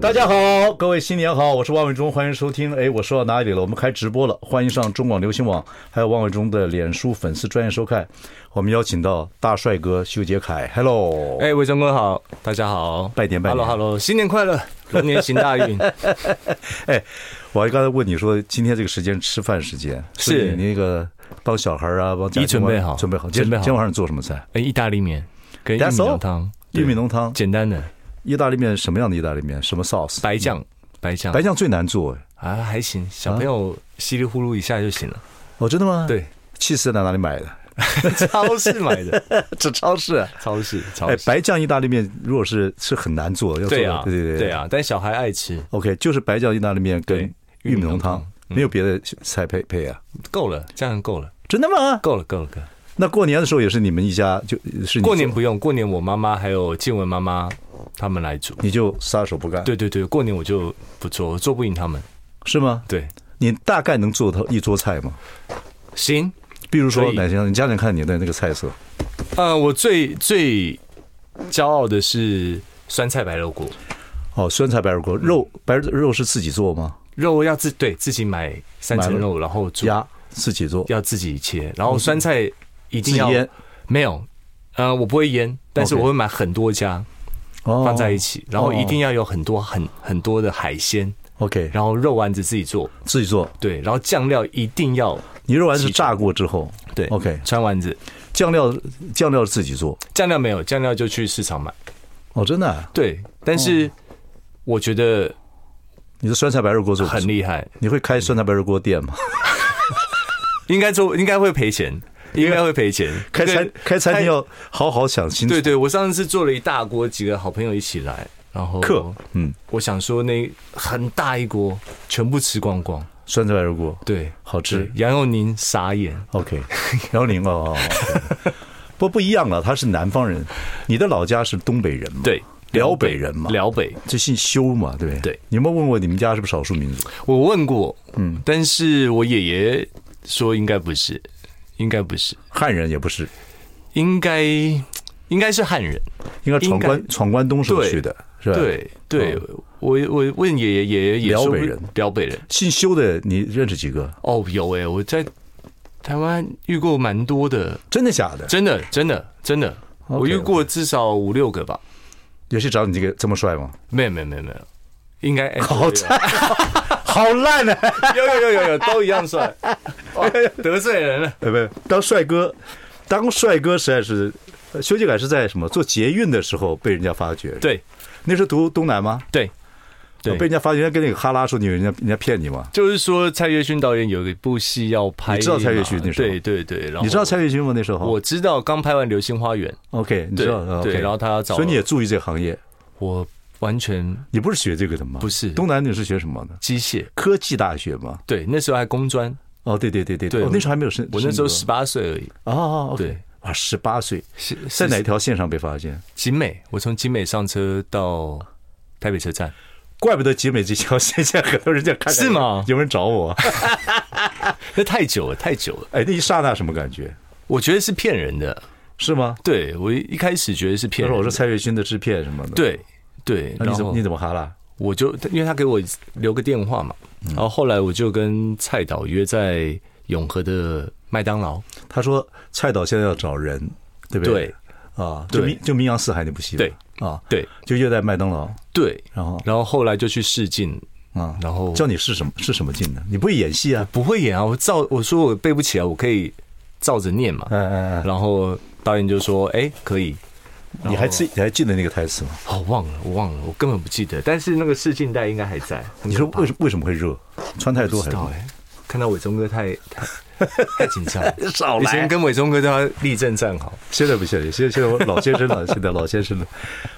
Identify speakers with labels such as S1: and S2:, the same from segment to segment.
S1: 大家好，各位新年好，我是王伟忠，欢迎收听。哎，我说到哪里了？我们开直播了，欢迎上中广流行网，还有王伟忠的脸书粉丝专业收看。我们邀请到大帅哥修杰楷，Hello，
S2: 哎，魏忠哥好，大家好，
S1: 拜年拜年
S2: h e l l o Hello，新 年快乐，龙年行大运。
S1: 哎，我刚才问你说今天这个时间吃饭时间，
S2: 是
S1: 所以你那个帮小孩啊，帮家
S2: 已
S1: 庭啊
S2: 准备好
S1: 准备好，今
S2: 准备好
S1: 今天晚上做什么菜？
S2: 哎，意大利面跟玉
S1: That's
S2: 米
S1: all？
S2: 浓汤，对
S1: 玉米浓汤，
S2: 简单的
S1: 意大利面什么样的意大利面？什么 sauce？
S2: 白酱，白酱，
S1: 嗯白酱最难做哎，
S2: 啊还行，小朋友稀里糊涂一下就行了。
S1: 哦，真的吗？
S2: 对，
S1: 气势在哪里买的？
S2: 超市买的，
S1: 这超市啊。
S2: 超市，超
S1: 哎，
S2: 市。
S1: 白酱意大利面如果是是很难做，要做
S2: 对
S1: 的
S2: 啊，
S1: 对对
S2: 对啊，但小孩爱吃，
S1: OK，就是白酱意大利面跟
S2: 对
S1: 玉
S2: 玉
S1: 米
S2: 米
S1: 浓
S2: 浓
S1: 汤
S2: 汤，嗯
S1: 没有别的菜配配啊？
S2: 够了，这样够了，
S1: 真的吗？
S2: 够了，够了，够了。
S1: 那过年的时候也是你们一家就是你
S2: 过年
S1: 做
S2: 不用，过年我妈妈还有静文妈妈他们来煮。
S1: 你就撒手不干，
S2: 对对对，过年我就不做，我做不赢他们。
S1: 是吗？
S2: 对，
S1: 你大概能做到一桌菜吗？
S2: 行，
S1: 比如说
S2: 可以
S1: 哪些？你家人看你的那个菜色，
S2: 呃，我最最骄傲的是酸菜白肉锅，
S1: 哦，酸菜白肉锅，肉
S2: 嗯
S1: 白肉是自己做吗？
S2: 肉要自对自己买三层肉，然后煮，
S1: 鸭自己做，
S2: 要自己切，然后酸菜一
S1: 自
S2: 定
S1: 己
S2: 要
S1: 腌，
S2: 没有，呃，我不会腌，但是
S1: OK
S2: 我会买很多家
S1: 哦
S2: 放在一起，然后
S1: 哦
S2: 一定要有很多很很多的海鲜，
S1: OK，
S2: 然后肉丸子自己做，
S1: 自己做。
S2: 对，然后酱料一定要
S1: 你肉丸是炸过之后，
S2: 对
S1: OK
S2: 川丸子，
S1: 酱料酱料自己做，
S2: 酱料没有，酱料就去市场买，
S1: 哦，真的啊、
S2: 对，但是我觉得
S1: 你的酸菜白肉锅做得不错
S2: 很厉害，
S1: 你会开酸菜白肉锅店吗？
S2: 应该做，应该会赔钱，应该会赔钱。
S1: 开餐嗯
S2: 对
S1: 开餐厅要好好想清楚
S2: 对。对，我上次做了一大锅，几个好朋友一起来，然后
S1: 客，嗯，
S2: 我想说那很大一锅全部吃光光，
S1: 酸菜白肉锅，
S2: 对，
S1: 好吃
S2: 对。杨佑宁傻眼，
S1: OK，辽宁哦，哦哦不不一样了，他是南方人，你的老家是东北人嘛？
S2: 对，
S1: 辽北人嘛，
S2: 辽北，
S1: 这姓修嘛，对不对？
S2: 对，
S1: 你有没有问过你们家是不是少数民族？
S2: 我问过，嗯，但是我爷爷说应该不是，应该不是，
S1: 汉人也不是，
S2: 应该应该是汉人，
S1: 应该闯
S2: 应
S1: 关闯关东时候
S2: 对
S1: 去的，是吧？，
S2: 对对，我我问爷爷，爷爷也说
S1: 嗯辽北
S2: 不
S1: 人
S2: 辽北人，
S1: 姓修的你认识几个？
S2: 哦，有哎、我在台湾遇过蛮多的，
S1: 真的假的？
S2: 真的，真的，真的
S1: OK，
S2: 我遇过至少五六个吧。
S1: 也是长你这个这么帅吗？
S2: 没有，没有，没有，没有，应该
S1: 好
S2: 惨，
S1: 菜， 好烂啊！
S2: 有有有有有，都一样帅，哇得罪人了。
S1: 呃， 不，当帅哥，当帅哥实在是，呃修杰楷是在什么做捷运的时候被人家发觉。，
S2: 对
S1: 那时候读东南吗？哦
S2: 对
S1: 被人
S2: 对，
S1: 家发觉，人家跟那个哈拉说你，人家人家骗你吗？
S2: 就是说蔡岳勋导演有一部戏要拍嘛，
S1: 你知道蔡岳勋那时候
S2: 对对对，然后
S1: 你知道蔡岳勋吗？那时候
S2: 我知道刚拍完《流星花园
S1: OK，你》，知道哦 OK，
S2: 对对，然后他要找，
S1: 所以你也注意这个行业，
S2: 我完全
S1: 你不是学这个的吗？
S2: 不是
S1: 东南你是学什么的？
S2: 机械，
S1: 科技大学吗？
S2: 对，那时候还工专，
S1: 哦，对对对对，
S2: 对
S1: 哦
S2: 我
S1: 那时候还没有升，
S2: 我那时候十
S1: 升
S2: 八岁而已，
S1: 格哦，OK，
S2: 对
S1: 啊，十八岁，
S2: 是
S1: 在哪一条线上被发现？
S2: 景美，我从景美上车到台北车站。
S1: 怪不得集美这条 线现在很多人在看，
S2: 是吗
S1: 有人找我，
S2: 那太久了，太久了。
S1: 哎，那一刹那什么感觉？
S2: 我觉得是骗人的，
S1: 是吗？
S2: 对我一一开始觉得是
S1: 他
S2: 骗
S1: 说
S2: 人
S1: 我
S2: 的。
S1: 是蔡岳勋的制片什么的。，
S2: 对对，
S1: 那
S2: 然
S1: 你怎么
S2: 后
S1: 你怎么哈拉？
S2: 我就因为他给我留个电话嘛，
S1: 嗯
S2: 然后后来我就跟蔡导约在永和的麦当劳。
S1: 他说蔡导现在要找人，对不对？
S2: 对
S1: 对啊，就
S2: 对
S1: 名就名扬四海那部戏嘛。
S2: 对
S1: 啊，
S2: 对
S1: 就约在麦当劳，
S2: 对，
S1: 然后
S2: 然后后来就去试镜，
S1: 啊，
S2: 然后
S1: 叫你试什么试什么劲呢？你不会演戏啊？
S2: 不会演啊，我照我说我背不起来，啊我可以照着念嘛。
S1: 哎哎哎，
S2: 然后导演就说：“哎，可以。
S1: 你还记你还记得那个台词吗？”
S2: 哦，忘了，我忘了，我根本不记得。但是那个试镜带应该还在。很
S1: 你说
S2: 可怕
S1: 为什为什么会热？穿太多
S2: 不
S1: 还
S2: 知
S1: 是
S2: 道哎、看到伟忠哥太太 太紧张了。
S1: 少啊
S2: 以前跟伟忠哥都要立正站好，
S1: 现在不现在，现在现在我老先生了，现在老先生了。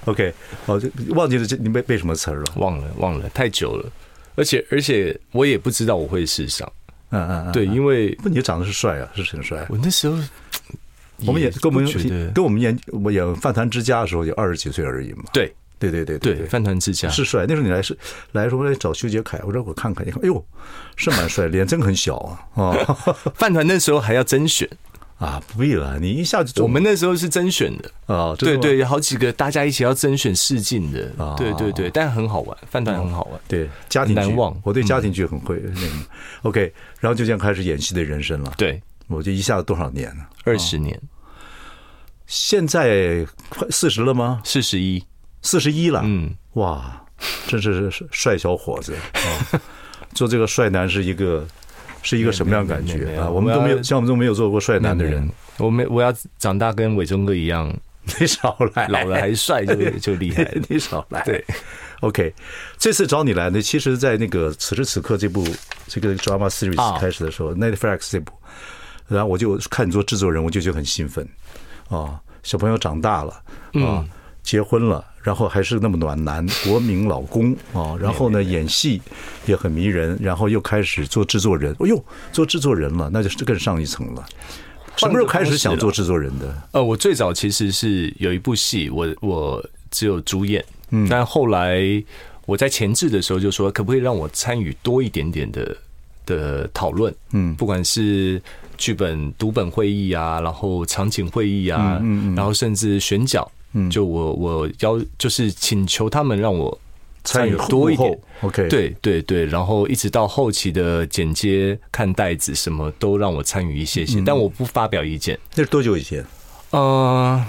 S1: OK，哦，就忘记了这你背背什么词儿了？
S2: 忘了忘了太久了。而且而且我也不知道我会试上，
S1: 嗯嗯嗯，
S2: 对，因为
S1: 不，你长得是帅啊，是很帅。
S2: 我那时候
S1: 我们也跟我们
S2: 觉得
S1: 跟我们研我演饭团之家的时候，也二十几岁而已嘛。
S2: 对
S1: 对对对
S2: 对饭团之家
S1: 是帅。那时候你来是来说来找修杰楷，我说我看看一看，哎呦，是蛮帅，脸真很小啊啊
S2: 饭团那时候还要甄选，
S1: 啊！不必了，你一下就中
S2: 我们那时候是甄选的。
S1: 啊，真的
S2: 对
S1: 吗
S2: 对，有好几个大家一起要甄选试镜的
S1: 啊，嗯
S2: 对对对，但很好玩，饭团很好玩。
S1: 对家庭
S2: 难
S1: 剧
S2: 忘，嗯
S1: 我对家庭剧很会那个。OK，然后就这样开始演戏的人生了。
S2: 对，
S1: 我就一下子多少年呢？
S2: 二十年，
S1: 现在快四十了吗？
S2: 四十一，
S1: 四十一了。
S2: 嗯，
S1: 哇，真是帅小伙 子啊！做这个帅男是一个是一个什么样的感
S2: 没有没有
S1: 觉
S2: 没有
S1: 啊？我们都没
S2: 我
S1: 有
S2: 要
S1: 像我们都没有做过帅男的人，，
S2: 我没我要长大跟伟忠哥一样，
S1: 你少来，
S2: 老了还帅就就厉害了。
S1: 你少来。
S2: 对
S1: ，OK，这次找你来呢，其实，在那个此时此刻这部这个 drama
S2: 啊
S1: series 开始的时候、n e t f l i x 这部，然后我就看你做制作人，我就觉得很兴奋啊，小朋友长大了啊。
S2: 嗯
S1: 结婚了，然后还是那么暖男，国民老公啊，然后 呢，演戏也很迷人，然后又开始做制作人，哦呦，做制作人了，那就是更上一层了。什么时候开始想做制作人的？
S2: 呃，我最早其实是有一部戏，我我只有主演，但后来我在前置的时候就说，可不可以让我参与多一点点的的讨论？嗯，不管是剧本读本会议啊，然后场景会议啊，然后甚至选角，嗯，就我我要就是请求他们让我参与
S1: 幕
S2: 多一点
S1: 后。，OK，，
S2: 对对对，然后一直到后期的剪接、看袋子，什么都让我参与一些些，但我不发表意见。
S1: 那是多久以前？
S2: 呃，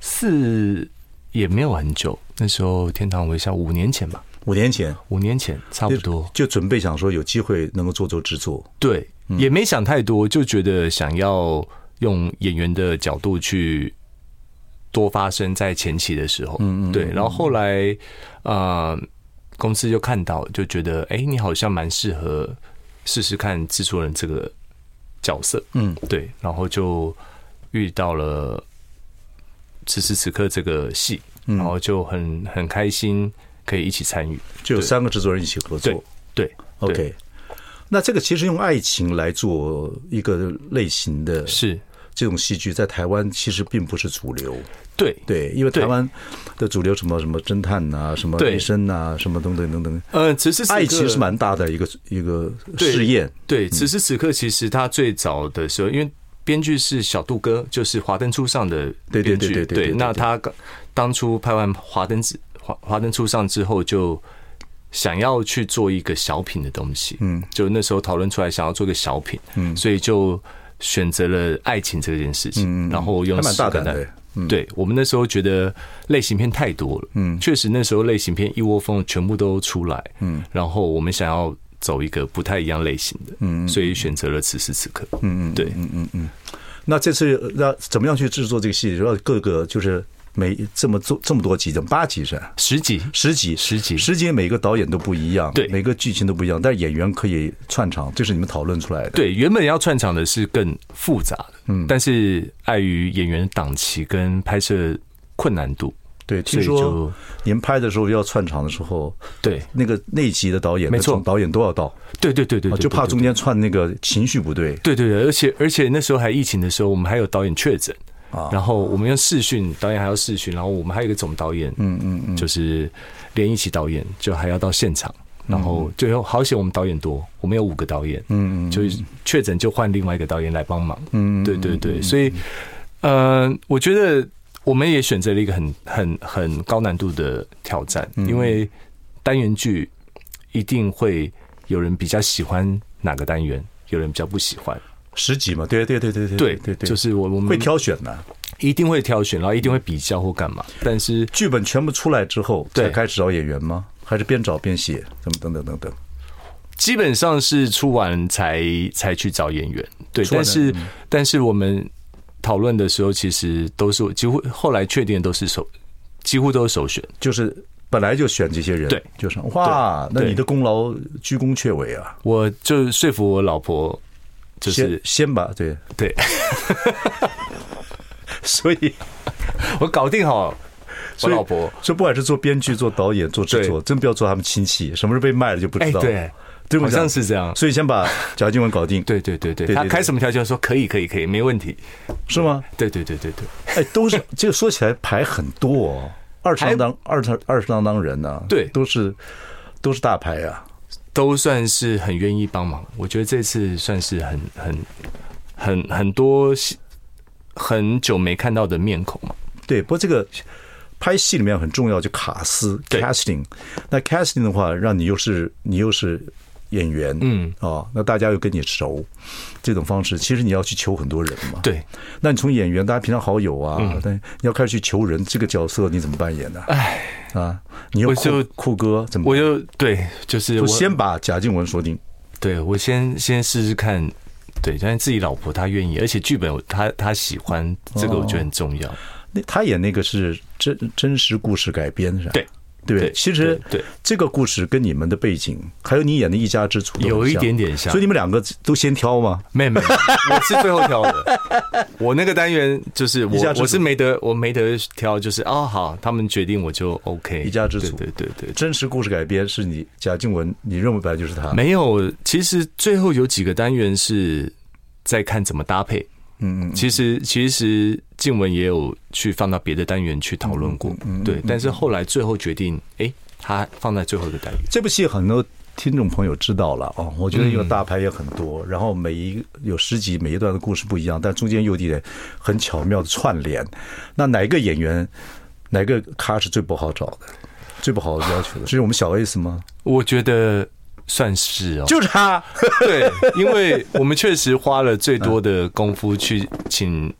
S2: 四也没有很久，那时候天堂微笑五年前吧，
S1: 五年前。
S2: 五年前差不多。
S1: 就准备想说有机会能够做做制作。
S2: 对，也没想太多，就觉得想要用演员的角度去多发声，在前期的时候，嗯嗯，对。然后后来，呃，公司就看到，就觉得，哎、你好像蛮适合试试看制作人这个角色，
S1: 嗯，
S2: 对。然后就遇到了此时此刻这个戏，然后就很很开心，可以一起参与，
S1: 就有
S2: 对
S1: 三个制作人一起合
S2: 对
S1: 作。
S2: 对
S1: OK，那这个其实用爱情来做一个类型的
S2: 是，
S1: 这种戏剧，在台湾其实并不是主流。
S2: 对。
S1: 对，因为
S2: 对
S1: 台湾的主流什么什么侦探呐、什么
S2: 对
S1: 医生呐、什么等等等等，
S2: 呃，此时此刻
S1: 爱情是蛮大的一个一个
S2: 对
S1: 试验。
S2: 对，此时此刻，其实他最早的时候，因为编剧是小杜哥，就是《华灯初上》的
S1: 对对
S2: 编
S1: 对
S2: 剧。
S1: 对对对对
S2: 那他刚当初拍完《华灯之华华灯初上》之后，就想要去做一个小品的东西。嗯，就那时候讨论出来，想要做一个小品。嗯，所以就选择了爱情这件事情，然后用
S1: 还蛮大胆的
S2: 四个对我们那时候觉得类型片太多了，嗯，确实那时候类型片一窝蜂全部都出来，嗯，然后我们想要走一个不太一样类型的，嗯，所以选择了此时此刻，嗯嗯，对，
S1: 那这次呃那怎么样去制作这个戏？然后各个就是每这么做这么多集，怎么八集是吧？
S2: 十集
S1: 十集，
S2: 十集
S1: 十集，每个导演都不一样，
S2: 对
S1: 每个剧情都不一样，但是演员可以串场，这是你们讨论出来的。，
S2: 对，原本要串场的是更复杂的，嗯，但是碍于演员的档期跟拍摄困难度，
S1: 对，
S2: 所
S1: 听
S2: 以
S1: 说
S2: 就
S1: 您拍的时候要串场的时候，
S2: 对
S1: 那个那集的导演，
S2: 没错
S1: 总导演都要到，
S2: 对对对对
S1: 啊
S2: 对，
S1: 就怕
S2: 对
S1: 中间串那个情绪不对。
S2: 对对对，而且而且那时候还疫情的时候，我们还有导演确诊。
S1: 啊
S2: 然后我们用视讯，导演还要视讯，然后我们还有一个总导演，嗯嗯嗯，就是连一起导演，就还要到现场，然后最后好险我们导演多，我们有五个导演，嗯嗯，就是确诊就换另外一个导演来帮忙，嗯，对对对，所以，呃，我觉得我们也选择了一个很很很高难度的挑战，因为单元剧一定会有人比较喜欢哪个单元，有人比较不喜欢，
S1: 十集嘛，对对对对对
S2: 对
S1: 对对，
S2: 就是我我们
S1: 会挑选的、
S2: 一定会挑选，然后一定会比较或干嘛，但是
S1: 剧本全部出来之后
S2: 对
S1: 才开始找演员吗？还是边找边写？怎么等等等等？
S2: 基本上是出完才才去找演员，对，
S1: 出完
S2: 但
S1: 了嗯
S2: 是、但是我们讨论的时候，其实都是几乎后来确定都是首几乎都是首选，
S1: 就是本来就选这些人，
S2: 对，
S1: 就是哇，那
S2: 对
S1: 你的功劳居功厥伟啊！
S2: 我就说服我老婆，就
S1: 先
S2: 是
S1: 先把对，
S2: 对
S1: 所以
S2: 我搞定好我老婆。
S1: 所以不管是做编剧、做导演、做制作，真不要做他们亲戚，什么时候被卖了就不知
S2: 哎，
S1: 道。
S2: 对，
S1: 对，
S2: 好像是这样。
S1: 所以先把贾静雯搞定，
S2: 对对对
S1: 对
S2: 对，
S1: 对
S2: 他
S1: 对
S2: 开什么条件说可以可以可以，没问题。
S1: 是吗？
S2: 对对对对对
S1: 哎，都 是这个说起来牌很多哦，二十
S2: 牌
S1: 郎当二十二十郎当人呢、
S2: 对
S1: 都是都是大牌啊。
S2: 都算是很愿意帮忙。我觉得这次算是很很很很多很久没看到的面孔嘛。
S1: 对，不过这个拍戏里面很重要，就卡斯
S2: 对
S1: casting。那 casting 的话，让你又是你又是演员，
S2: 嗯，
S1: 哦，那大家又跟你熟，这种方式，其实你要去求很多人嘛。，
S2: 对，
S1: 那你从演员，大家平常好友啊，
S2: 嗯
S1: 但你要开始去求人，这个角色你怎么扮演呢、哎，啊，你又
S2: 我
S1: 酷
S2: 就
S1: 酷哥怎么
S2: 我
S1: 办？
S2: 就对，就是
S1: 就
S2: 我
S1: 先把贾静雯说定。
S2: 对我先先试试看。对，但是自己老婆她愿意，而且剧本我她她喜欢，这个我觉得很重
S1: 哦
S2: 要。
S1: 那他演那个是真真实故事改编是吧？
S2: 对
S1: 对不对，
S2: 对
S1: 其实
S2: 对对
S1: 这个故事跟你们的背景，还有你演的一家之主都很
S2: 有一
S1: 像
S2: 点点像
S1: 所以你们两个都先挑嘛。
S2: 妹妹，我是最后挑的。我那个单元就是
S1: 一家之，
S2: 我
S1: 主
S2: 我是没得，我没得挑，就是哦好，他们决定我就 OK。
S1: 一家之主
S2: 对对对对
S1: 真实故事改编是你贾静雯，你认为本来就是他，
S2: 啊没有，其实最后有几个单元是在看怎么搭配。
S1: 嗯嗯，
S2: 其实其实静文也有去放到别的单元去讨论过，
S1: 嗯
S2: 对。但是后来最后决定，哎，他放在最后一个单元。
S1: 这部戏很多听众朋友知道了哦，我觉得
S2: 嗯
S1: 有大牌也很多，然后每一有十集，每一段的故事不一样，但中间又有点很巧妙的串联。那哪个演员，哪个咖是最不好找的，最不好要求的？是我们小 S 吗？
S2: 我觉得算是哦，
S1: 就是他。
S2: 对，因为我们确实花了最多的功夫去请，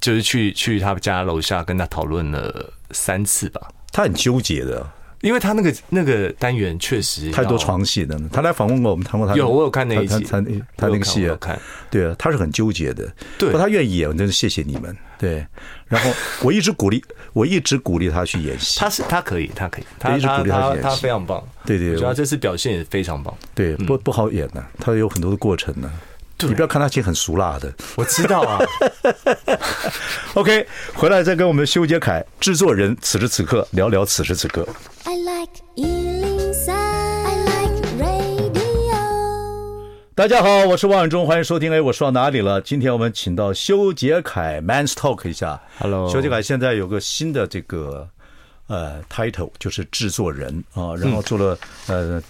S2: 就是去去他家楼下跟他讨论了三次吧。
S1: 他很纠结的，
S2: 因为他那个那个单元确实
S1: 太多
S2: 要
S1: 床戏的。他来访问过我们，谈过他
S2: 有我有看那一集
S1: 他他他那个戏
S2: 我有
S1: 啊，
S2: 看我有看
S1: 对啊，他是很纠结的。
S2: 对
S1: 不过他愿意演，我真的谢谢你们。对，然后我一直鼓励，我一直鼓励他去演戏。
S2: 他是他可以，他可以，
S1: 我
S2: 他
S1: 一直
S2: 他
S1: 鼓励他
S2: 他
S1: 演
S2: 他
S1: 戏
S2: 非常棒，
S1: 对对
S2: 我觉得
S1: 我
S2: 他这次表现也非常棒。
S1: 对，不不好演的，他有很多的过程呢。
S2: 对
S1: 你不要看他其实很俗辣的。
S2: 我知道啊，
S1: OK，回来再跟我们修杰楷制作人此时此刻聊聊此时此刻。
S3: I like Ealing Sound. I like radio.
S1: 大家好，我是王永忠，欢迎收听。哎，我说到哪里了？今天我们请到修杰楷 Man's Talk 一下。
S2: Hello
S1: 修杰楷现在有个新的这个呃 title，就是制作人啊，然后做了、呃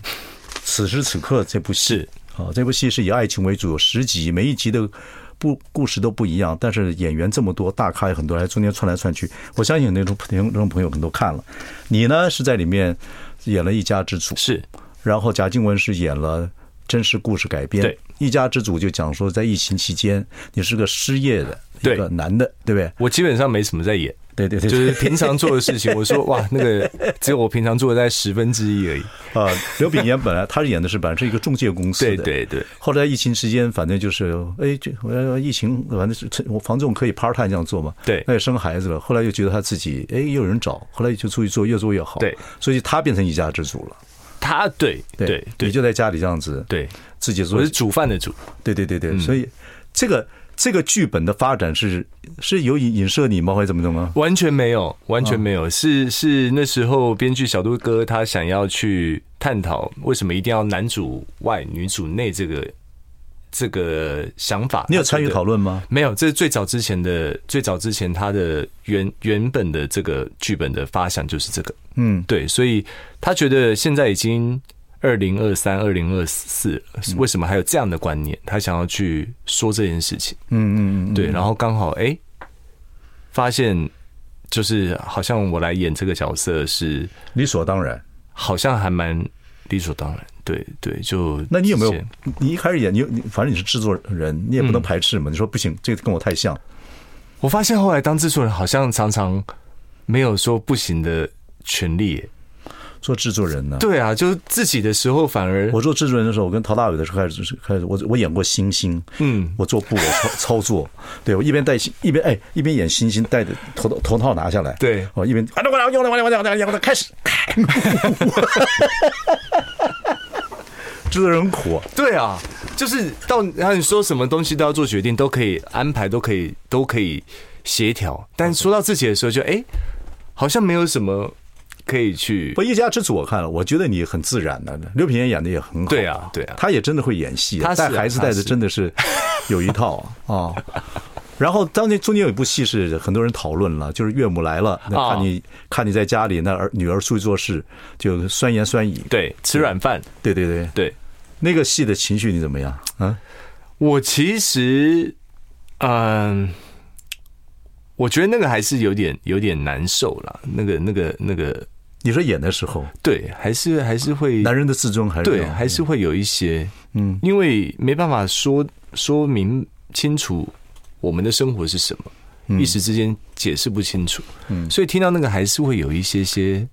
S1: 此时此刻这部戏啊，这部戏是以爱情为主，有十集，每一集的不故事都不一样，但是演员这么多，大咖也很多，还中间串来串去，我相信很多听众朋友们都看了。你呢是在里面演了一家之主，
S2: 是
S1: 然后贾静雯是演了真实故事改编，
S2: 对
S1: 一家之主就讲说，在疫情期间，你是个失业的
S2: 对
S1: 一个男的，对不对？
S2: 我基本上没什么在演，
S1: 对对对，
S2: 就是平常做的事情。我说哇，那个只有我平常做的在十分之一而已。
S1: 啊，刘炳炎本来他是演的是本来是一个中介公司
S2: 对
S1: 的，
S2: 对对，
S1: 后来疫情时间，反正就是，哎，这我要疫情，反正是我房仲可以 part time 这样做嘛。
S2: 对
S1: 那也生孩子了，后来又觉得他自己，哎，又有人找，后来就出去做，越做越好。
S2: 对，
S1: 所以他变成一家之主了。
S2: 他对对
S1: 你
S2: 对
S1: 就在家里这样子，，
S2: 对，
S1: 自己做
S2: 我是，煮饭的煮，
S1: 对对对对，所以这个这个剧本的发展是是有影影射你吗，或者怎么怎么？
S2: 完全没有，完全没有。是是那时候编剧小杜哥他想要去探讨为什么一定要男主外女主内这个这个想法。
S1: 你有参与
S2: 他觉得
S1: 讨论吗？
S2: 没有，这是最早之前的，最早之前他的原原本的这个剧本的发想就是这个，
S1: 嗯，
S2: 对，所以他觉得现在已经二零二三、二零二四，
S1: 嗯
S2: 为什么还有这样的观念？他想要去说这件事情，
S1: 嗯嗯嗯，
S2: 对，然后刚好哎、发现就是好像我来演这个角色是
S1: 理所当然。
S2: 好像还蛮理所当然，对对，就
S1: 那你有没有
S2: 之前？
S1: 你一开始演，你有你反正你是制作人，你也不能排斥嘛。你说不行，这个跟我太像。
S2: 我发现后来当制作人好像常常没有说不行的权利耶、
S1: 做制作人呢，
S2: 对啊，就是自己的时候反而
S1: 我做制作人的时候，我跟陶大伟的时候开始开始，我我演过星星，
S2: 嗯
S1: 我做布偶操操作，对我一边带星一边哎一边演星星，戴着头头头套拿下来，
S2: 对
S1: 我一边啊我来我来我来我来我来我来开始， 制作人很苦，
S2: 对啊，就是到然后你说什么东西都要做决定，都可以安排，都可以都可以协调，但说到自己的时候就哎、好像没有什么可以去
S1: 不，一家之主我看了，我觉得你很自然的，刘品言演的也很好。
S2: 对啊对啊
S1: 他也真的会演戏，
S2: 他是啊
S1: 带孩子带
S2: 他
S1: 的
S2: 是
S1: 真的是有一套 啊。哦然后当年中间有一部戏是很多人讨论了，就是岳母来了，那
S2: 啊
S1: 看你看你在家里那儿女儿出去做事，就酸言酸语。
S2: 对吃软饭，
S1: 对对对，
S2: 对
S1: 那个戏的情绪你怎么样？嗯，
S2: 我其实，嗯、我觉得那个还是有点有点难受啦，那个那个那个，
S1: 你说演的时候，
S2: 对，还是还是会
S1: 男人的自尊还是
S2: 对，
S1: 有
S2: 还是会有一些，
S1: 哦嗯
S2: 因为没办法说说明清楚我们的生活是什么，一时之间解释不清楚，
S1: 嗯
S2: 所以听到那个还是会有一些些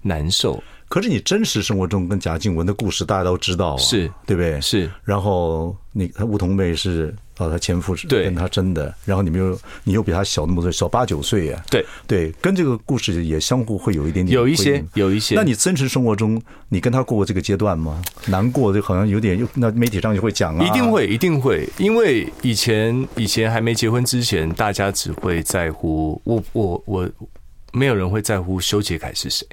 S2: 难受，
S1: 可是你真实生活中跟贾静雯的故事大家都知道啊，
S2: 是
S1: 对不对？。
S2: 是
S1: 然后你她吴桐妹是哦，她前夫是
S2: 对
S1: 跟她真的，然后你们又你又比她小那么多，小八九岁呀、
S2: 对，
S1: 对，跟这个故事也相互会有一点点
S2: 有一
S1: 回
S2: 些
S1: 应
S2: 有一些，
S1: 那你真实生活中，你跟她过过这个阶段吗？难过，就好像有点又那媒体上就会讲啊，
S2: 一定会，一定会，因为以前以前还没结婚之前，大家只会在乎我我我，没有人会在乎修杰楷是谁，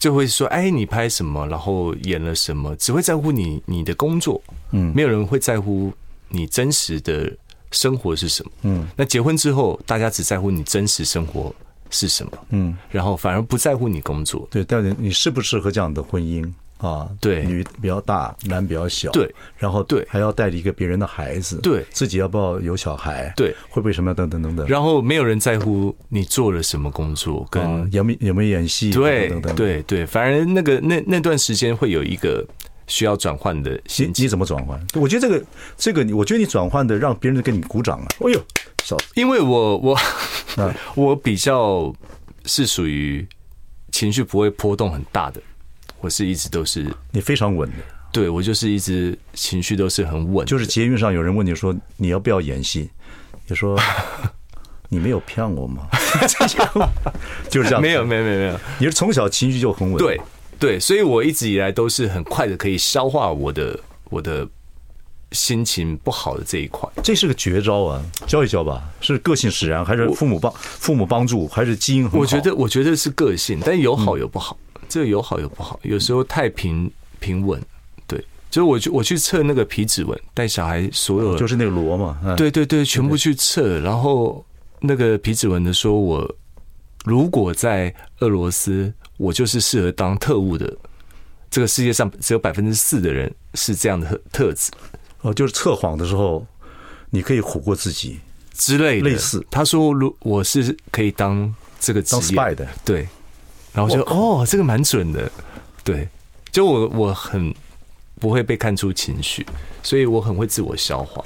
S2: 就会说哎你拍什么，然后演了什么，只会在乎你你的工作，嗯，没有人会在乎你真实的生活是什么，嗯，那结婚之后，大家只在乎你真实生活是什么，嗯，然后反而不在乎你工作，
S1: 对，但是你适不适合这样的婚姻啊？
S2: 对
S1: 女比较大，男比较小，
S2: 对，
S1: 然后
S2: 对
S1: 还要带着一个别人的孩子，
S2: 对
S1: 自己要不要有小孩，
S2: 对
S1: 会不会什么等等等等，
S2: 然后没有人在乎你做了什么工作，跟、
S1: 啊有没有没有演戏，等等
S2: 对
S1: 等等。
S2: 对对，反而那个那那段时间会有一个需要转换的
S1: 你
S2: 心情，
S1: 你怎么转换？我觉得这个这个你，我觉得你转换的让别人给你鼓掌啊！哎呦，小
S2: 因为我我
S1: 啊
S2: 我比较是属于情绪不会波动很大的，我是一直都是
S1: 你非常稳的，
S2: 对我就是一直情绪都是很稳，
S1: 就是捷运上有人问你说你要不要演戏，你说 你没有骗我吗？ 就是这样，
S2: 没有没有没有没有，
S1: 你是从小情绪就很稳，
S2: 对对，所以我一直以来都是很快的可以消化我的我的心情不好的这一块。
S1: 这是个绝招啊，教一教吧。是个性使然，还是父母帮父母帮助，还是基因很好？嗯
S2: 我觉得，我觉得是个性，但有好有不好，这个有好有不好。有时候太平平稳，对，就是我去我去测那个皮指纹，带小孩所有的，
S1: 哦就是那个罗嘛，嗯，
S2: 对对对，全部去测，然后那个皮指纹的说我如果在俄罗斯，我就是适合当特务的。这个世界上只有百分之四的人是这样的特特质
S1: 哦，就是测谎的时候，你可以唬过自己，
S2: 之类的。
S1: 类似
S2: 他说如我是可以当这个职
S1: 当
S2: 业
S1: spy 的。
S2: 对，然后就哦，这个蛮准的，对，就我我很不会被看出情绪，所以我很会自我消化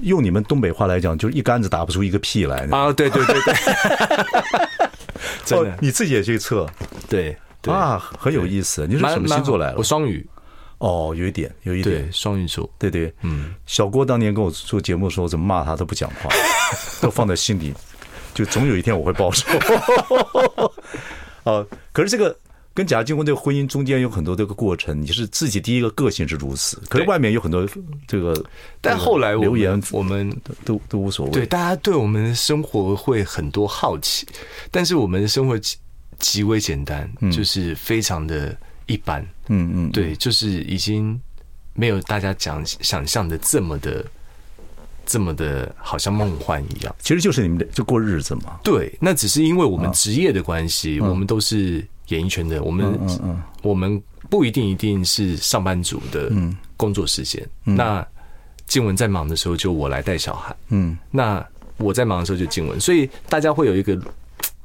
S1: 用你们东北话来讲，就是一竿子打不出一个屁来。
S2: 啊，对对对对， 真
S1: 哦
S2: 的，
S1: 你自己也去测
S2: 对对，
S1: 啊，很有意思。你是
S2: 蛮
S1: 什么
S2: 蛮
S1: 星座
S2: 好
S1: 来了
S2: 我？双鱼，
S1: 哦，有一点，有一
S2: 对
S1: 点，
S2: 双鱼座，
S1: 对对，
S2: 嗯，
S1: 小郭当年跟我做节目的时候，怎么骂他都不讲 话，都放在心里，就总有一天我会报仇。 啊，可是这个跟贾静雯这个婚姻中间有很多这个过程，你是自己第一个个性是如此，可是
S2: 对
S1: 外面有很多这个，
S2: 但后来我
S1: 留言
S2: 们我们
S1: 都都无所谓。
S2: 对，大家对我们的生活会很多好奇，但是我们的生活极极为简单，就是非常的一般，
S1: 嗯嗯，
S2: 对，就是已经没有大家讲想象的这么的，这么的，好像梦幻一样。啊
S1: 其实就是你们的就过日子嘛。
S2: 对，那只是因为我们职业的关系，我们都是演艺圈的，我们、
S1: 嗯嗯
S2: 我们不一定一定是上班族的工作时间。那静雯在忙的时候，就我来带小孩。
S1: 嗯，
S2: 那我在忙的时候就静雯，所以大家会有一个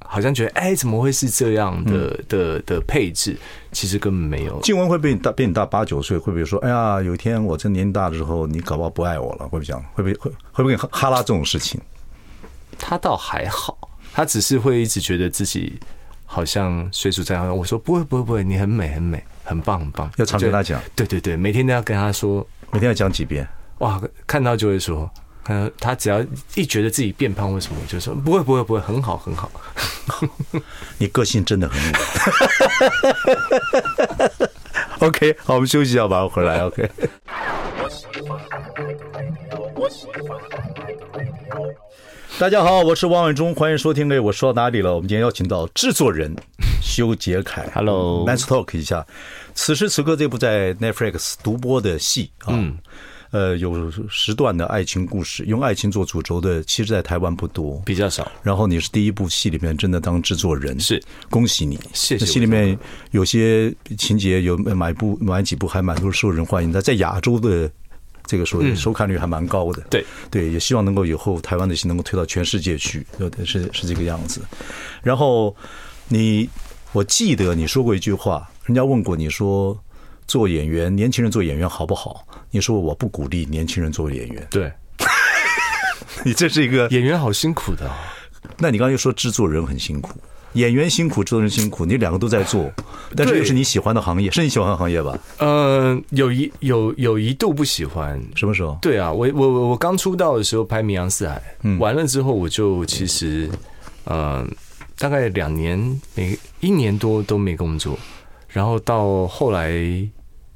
S2: 好像觉得，哎，怎么会是这样的、的的配置？其实根本没有。
S1: 静雯会比你大，比你大八九岁，会不会说，哎呀，有一天我这年纪大的时候，你搞不好不爱我了？会不会讲？会不会会会不会哈哈拉这种事情？
S2: 他倒还好，他只是会一直觉得自己好像水煮蛋。我说不会不会不会，你很美很美，很棒很棒。
S1: 要常跟他
S2: 就
S1: 讲，
S2: 对对对，每天都要跟他说，
S1: 每天要讲几遍？
S2: 哇，看到就会说，看到他只要一觉得自己变胖或什么，就说不会不会不会，很好很好。
S1: 你个性真的很稳。OK，好，我们休息一下，马上回来。OK。大家好，我是王伟忠，欢迎收听。哎，我说到哪里了？我们今天邀请到制作人修杰楷
S2: Hello
S1: ，Let's talk 一下。此时此刻，这部在 Netflix 独播的戏啊，呃，有十段的爱情故事，用爱情做主轴的，其实在台湾不多。
S2: 比较少。
S1: 然后你是第一部戏里面真的当制作人，
S2: 是
S1: 恭喜你。
S2: 谢谢
S1: 那戏里面有些情节有买部买几部还蛮多受人欢迎的，在亚洲的这个收收看率还蛮高的。
S2: 对
S1: 嗯对，也希望能够以后台湾的戏能够推到全世界去，对对是是这个样子。然后你，我记得你说过一句话，人家问过你说。做演员，年轻人做演员好不好？你说我不鼓励年轻人做演员，
S2: 对，
S1: 你这是一个
S2: 演员好辛苦的哦、
S1: 那你刚才又说制作人很辛苦，演员辛苦，制作人辛苦，你两个都在做，但是
S2: 对
S1: 又是你喜欢的行业，是你喜欢的行业吧？
S2: 呃，有一有有一度不喜欢。
S1: 什么时候？
S2: 对啊，我我我我刚出道的时候拍《名扬四海》，完了之后我就其实，呃，大概两年每一年多都没工作，然后到后来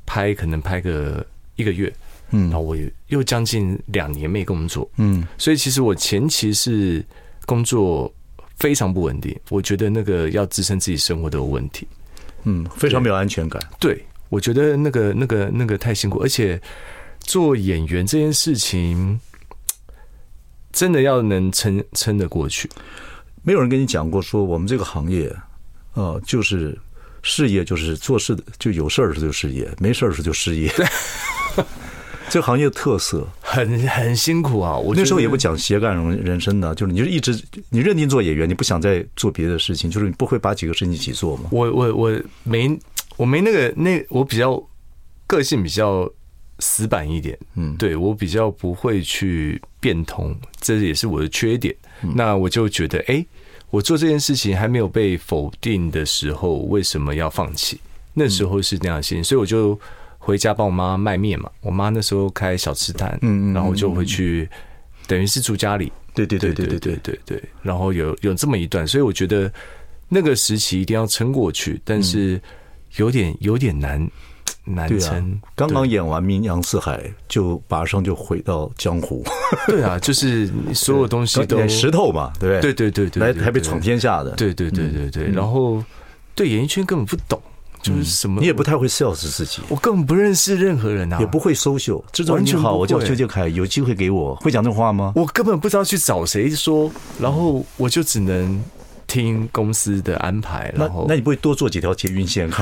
S2: 拍可能拍个一个月，嗯，然后我又将近两年没工作，
S1: 嗯，
S2: 所以其实我前期是工作非常不稳定，我觉得那个要支撑自己生活都有问题，
S1: 嗯，非常没有安全感。
S2: 对，我觉得那个、那个、那个太辛苦，而且做演员这件事情，真的要能撑撑得过去。
S1: 没有人跟你讲过说我们这个行业，呃，就是事业，就是做事的就有事儿时就事业，没事儿时就失业。 这个行业特色，
S2: 很很辛苦啊！我
S1: 那时候也不
S2: 讲，
S1: 讲斜杠人人生呢，就是你就一直你认定做演员，你不想再做别的事情，就是你不会把几个事情一起做嘛。
S2: 我我我没我没那个那我比较个性比较死板一点，
S1: 嗯
S2: 对我比较不会去变通，这也是我的缺点。
S1: 嗯
S2: 那我就觉得，哎、我做这件事情还没有被否定的时候，为什么要放弃？那时候是那样的心情，所以我就回家帮我妈卖面嘛。我妈那时候开小吃摊，
S1: 嗯嗯嗯
S2: 然后我就回去，等于是住家里，
S1: 对对对对对对
S2: 对对对，然后有有这么一段，所以我觉得那个时期一定要撑过去，但是有点有点难难
S1: 嗯对啊
S2: 撑。，
S1: 刚刚演完《名扬四海》，就马上就回到江 湖，
S2: 对啊，就是你所有 东西都
S1: 演石头嘛，对不
S2: 对
S1: 对？
S2: 对对对，
S1: 来
S2: 对
S1: 台北闯。天下的，
S2: 对对对对对，
S1: 嗯
S2: 然后对演艺圈根本不懂，就是什么
S1: 你也不太会 sales 自己，
S2: 我根本不认识任何人啊，
S1: 也不，会 social。制作人你
S2: 啊完全
S1: 好，
S2: 不会
S1: 我叫邱杰凯，有机会给我，会讲这话吗？
S2: 我根本不知道去找谁说，然后我就只能听公司的安排，
S1: 那
S2: 然后
S1: 那你不会多做几条捷运线吗？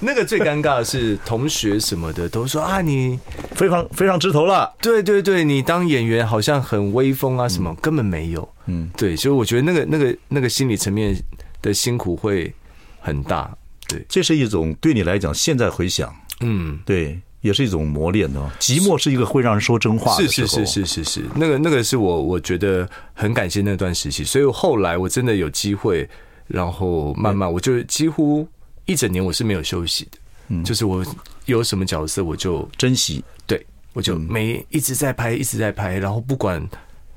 S2: 那个最尴尬的是同学什么的都说啊你。
S1: 非常非常枝头了。
S2: 对对对，你当演员好像很威风啊，什么、根本没有。
S1: 嗯
S2: 嗯，对，所以我觉得那个那个那个心理层面的辛苦会很大。对，
S1: 这是一种对你来讲，现在回想，
S2: 嗯，
S1: 对，也是一种磨练的。寂寞是一个会让人说真话的
S2: 是
S1: 时
S2: 是
S1: 候，
S2: 是是是是，那个那个是我我觉得很感谢那段时期，所以后来我真的有机会，然后慢慢我就几乎一整年我是没有休息的，嗯，就是我有什么角色我就
S1: 珍惜。
S2: 对，我就没一直在拍，一直在拍，然后不管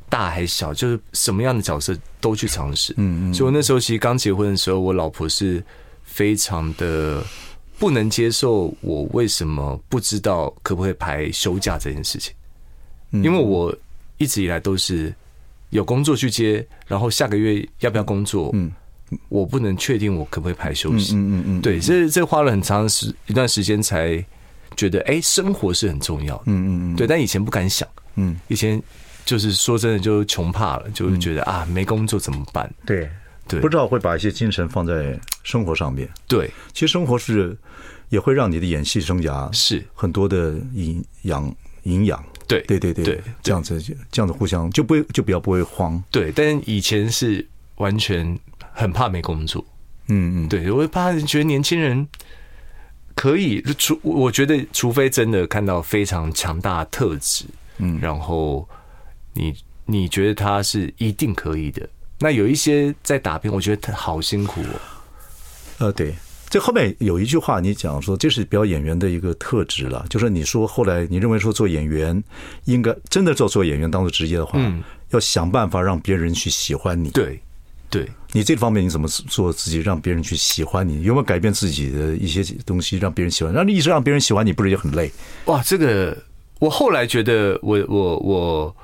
S2: 大还小，就是什么样的角色都去尝试。嗯嗯。所以我那时候其实刚结婚的时候，我老婆是非常的不能接受我为什么不知道可不可以排休假这件事情，因为我一直以来都是有工作去接，然后下个月要不要工作，嗯，我不能确定我可不可以排休息，
S1: 嗯嗯嗯，
S2: 对，这这花了很长时一段时间才觉得，哎、生活是很重要的。
S1: 嗯嗯嗯，
S2: 对，但以前不敢想，
S1: 嗯，
S2: 以前就是说真的就穷怕了，就是觉得、啊，没工作怎么办？
S1: 对，
S2: 对，
S1: 不知道会把一些精神放在生活上面。
S2: 对，
S1: 其实生活是也会让你的演戏生涯
S2: 是
S1: 很多的营养营养。
S2: 对
S1: 对对对，
S2: 对
S1: 这样子这样子互相就不会就比较不会慌。
S2: 对，但以前是完全很怕没工作，
S1: 嗯嗯，
S2: 对我怕觉得年轻人可以，除我觉得除非真的看到非常强大的特质，嗯，然后你你觉得他是一定可以的。那有一些在打拼，我觉得他好辛苦哦。
S1: 呃，对。这后面有一句话，你讲说这是表演员的一个特质了，就是你说后来你认为说做演员应该真的做做演员当做职业的话，
S2: 嗯
S1: 要想办法让别人去喜欢你。
S2: 对，对，
S1: 你这方面你怎么做自己让别人去喜欢你？有没有改变自己的一些东西让别人喜欢？让你一直让别人喜欢你，不是也很累？
S2: 哇，这个我后来觉得我，我我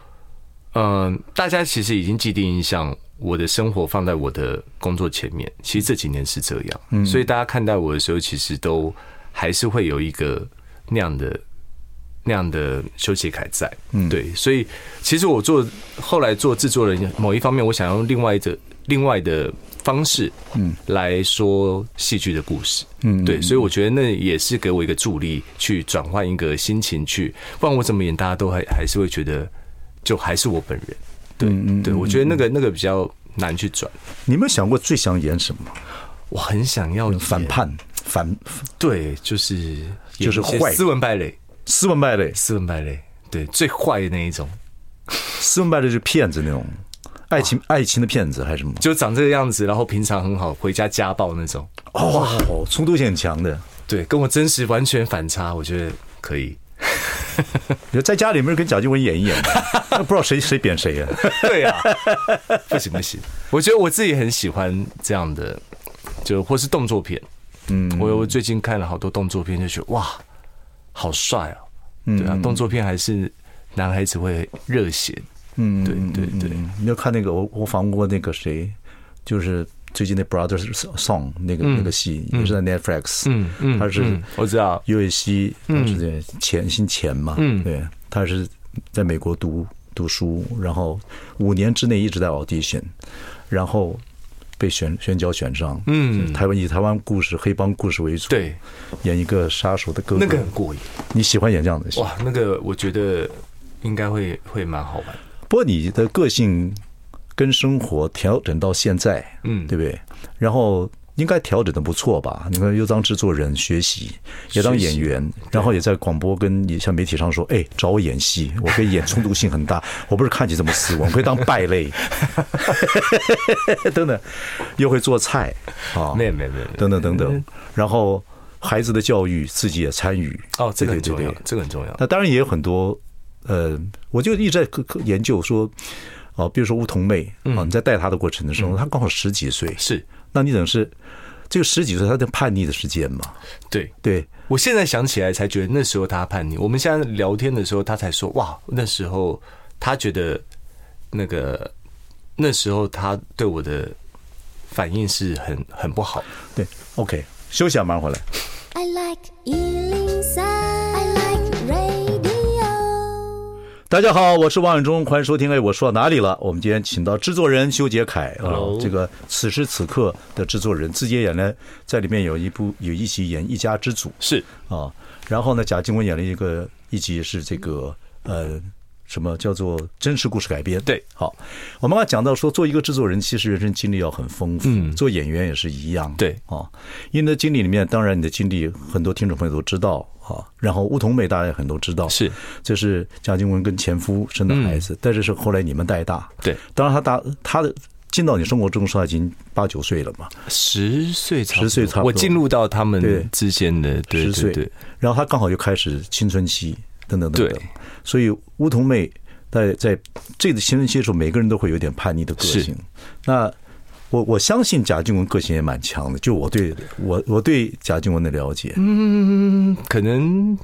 S2: 嗯，大家其实已经既定印象，我的生活放在我的工作前面。其实这几年是这样，所以大家看待我的时候，其实都还是会有一个那样的那样的修杰楷在。嗯，对，所以其实我做后来做制作人，某一方面我想用另外的另外的方式，嗯，来说戏剧的故事。嗯，对，所以我觉得那也是给我一个助力，去转换一个心情去，不然我怎么演，大家都还还是会觉得。就还是我本人。对，对我觉得那个那个比较难去转。
S1: 你有没有想过最想演什么？
S2: 我很想要演
S1: 反，叛、反
S2: 对，就是
S1: 就是
S2: 演一些
S1: 坏
S2: 斯文败类，
S1: 斯文败类，
S2: 斯文败类，对，最坏的那一种，
S1: 斯文败类就是骗子那种，爱情爱情的骗子还是什么？
S2: 就长这个样子，然后平常很好，回家家暴那种。
S1: 哦，冲突性很强的。
S2: 对，跟我真实完全反差，我觉得可以。
S1: 你说在家里面跟贾静雯演 一演吧，那不知道谁谁扁谁呀、
S2: 对啊， 不行不行，我觉得我自己很喜欢这样的，就或是动作片。嗯，我我最近看了好多动作片，就觉得哇，好帅哦、
S1: 嗯
S2: 对啊，动作片还是男孩子会热血。嗯，对对对，
S1: 嗯，你要看那个我我访问过那个谁，就是最近那 Brothers Song 那个、那个戏也是在 Netflix，
S2: 嗯嗯
S1: 他是
S2: 嗯我知道
S1: 岳西，
S2: 嗯
S1: 他是在钱姓钱嘛，嗯，对，他是在美国读读书，然后五年之内一直在 audition，然后被选选角选上，
S2: 嗯
S1: 台湾以台湾故事黑帮故事为主，
S2: 对，
S1: 演一个杀手的哥哥，
S2: 那个很过瘾
S1: 你喜欢演这样的戏？
S2: 哇，那个我觉得应该会会蛮好玩的。
S1: 不过你的个性跟生活调整到现在，
S2: 嗯
S1: 对不对？然后应该调整的不错吧？你看，又当制作人学习，也当演员，然后也在广播跟一些媒体上说：“哎，找我演戏，我可以演冲突性很大， 我不是看起这么斯文，我可以当败 类，等等，又会做菜啊，
S2: 没有没有没有，
S1: 等等等等，然后孩子的教育自己也参与
S2: 哦，这个
S1: 对
S2: 很
S1: 对
S2: 重
S1: 对
S2: 要
S1: 对，
S2: 这个很重要。
S1: 那当然也有很多，呃，我就一直在科科研究说，哦、比如说梧桐妹啊、你在带她的过程的时候，她刚好十几岁，
S2: 是
S1: 那你等是这个十几岁她在叛逆的时间嘛？
S2: 对，
S1: 对，
S2: 我现在想起来才觉得那时候他叛逆。我们现在聊天的时候，他才说哇，那时候他觉得那个那时候他对我的反应是很很不好。
S1: 对，OK，休息啊，马上回来。
S3: I like Ealing Sound. I like radio.
S1: 大家好，我是王永忠，欢迎收听。哎，我说到哪里了？我们今天请到制作人修杰楷啊、
S2: Hello
S1: 这个此时此刻的制作人，自己也演了，在里面有一部有一起演《一家之主》，
S2: 是
S1: 啊，然后呢，贾静雯演了一个一集是这个呃什么叫做真实故事改编。
S2: 对
S1: 好，我们刚才讲到说，做一个制作人，其实人生经历要很丰富，嗯，做演员也是一样，
S2: 对
S1: 啊，因为你的经历里面，当然你的经历很多听众朋友都知道啊，然后梧桐妹大家也很多知道，
S2: 是
S1: 这是贾静雯跟前夫生的孩子，但是是后来你们带大，
S2: 嗯对，
S1: 当然她大她的。进到你生活中，时候已经八九岁了嘛，
S2: 十岁差不
S1: 10
S2: 多，
S1: 岁差不多
S2: 我进入到他
S1: 对
S2: 们之间的对
S1: 十
S2: 对
S1: 岁，
S2: 对，
S1: 然后他刚好又开始青春期，等等等等
S2: 对。
S1: 所以梧桐妹在在这个青春期的时候，每个人都会有点叛逆的个性
S2: 是。
S1: 那我我相信贾静雯个性也蛮强的，就我对我我对贾静雯的了解，
S2: 嗯，可能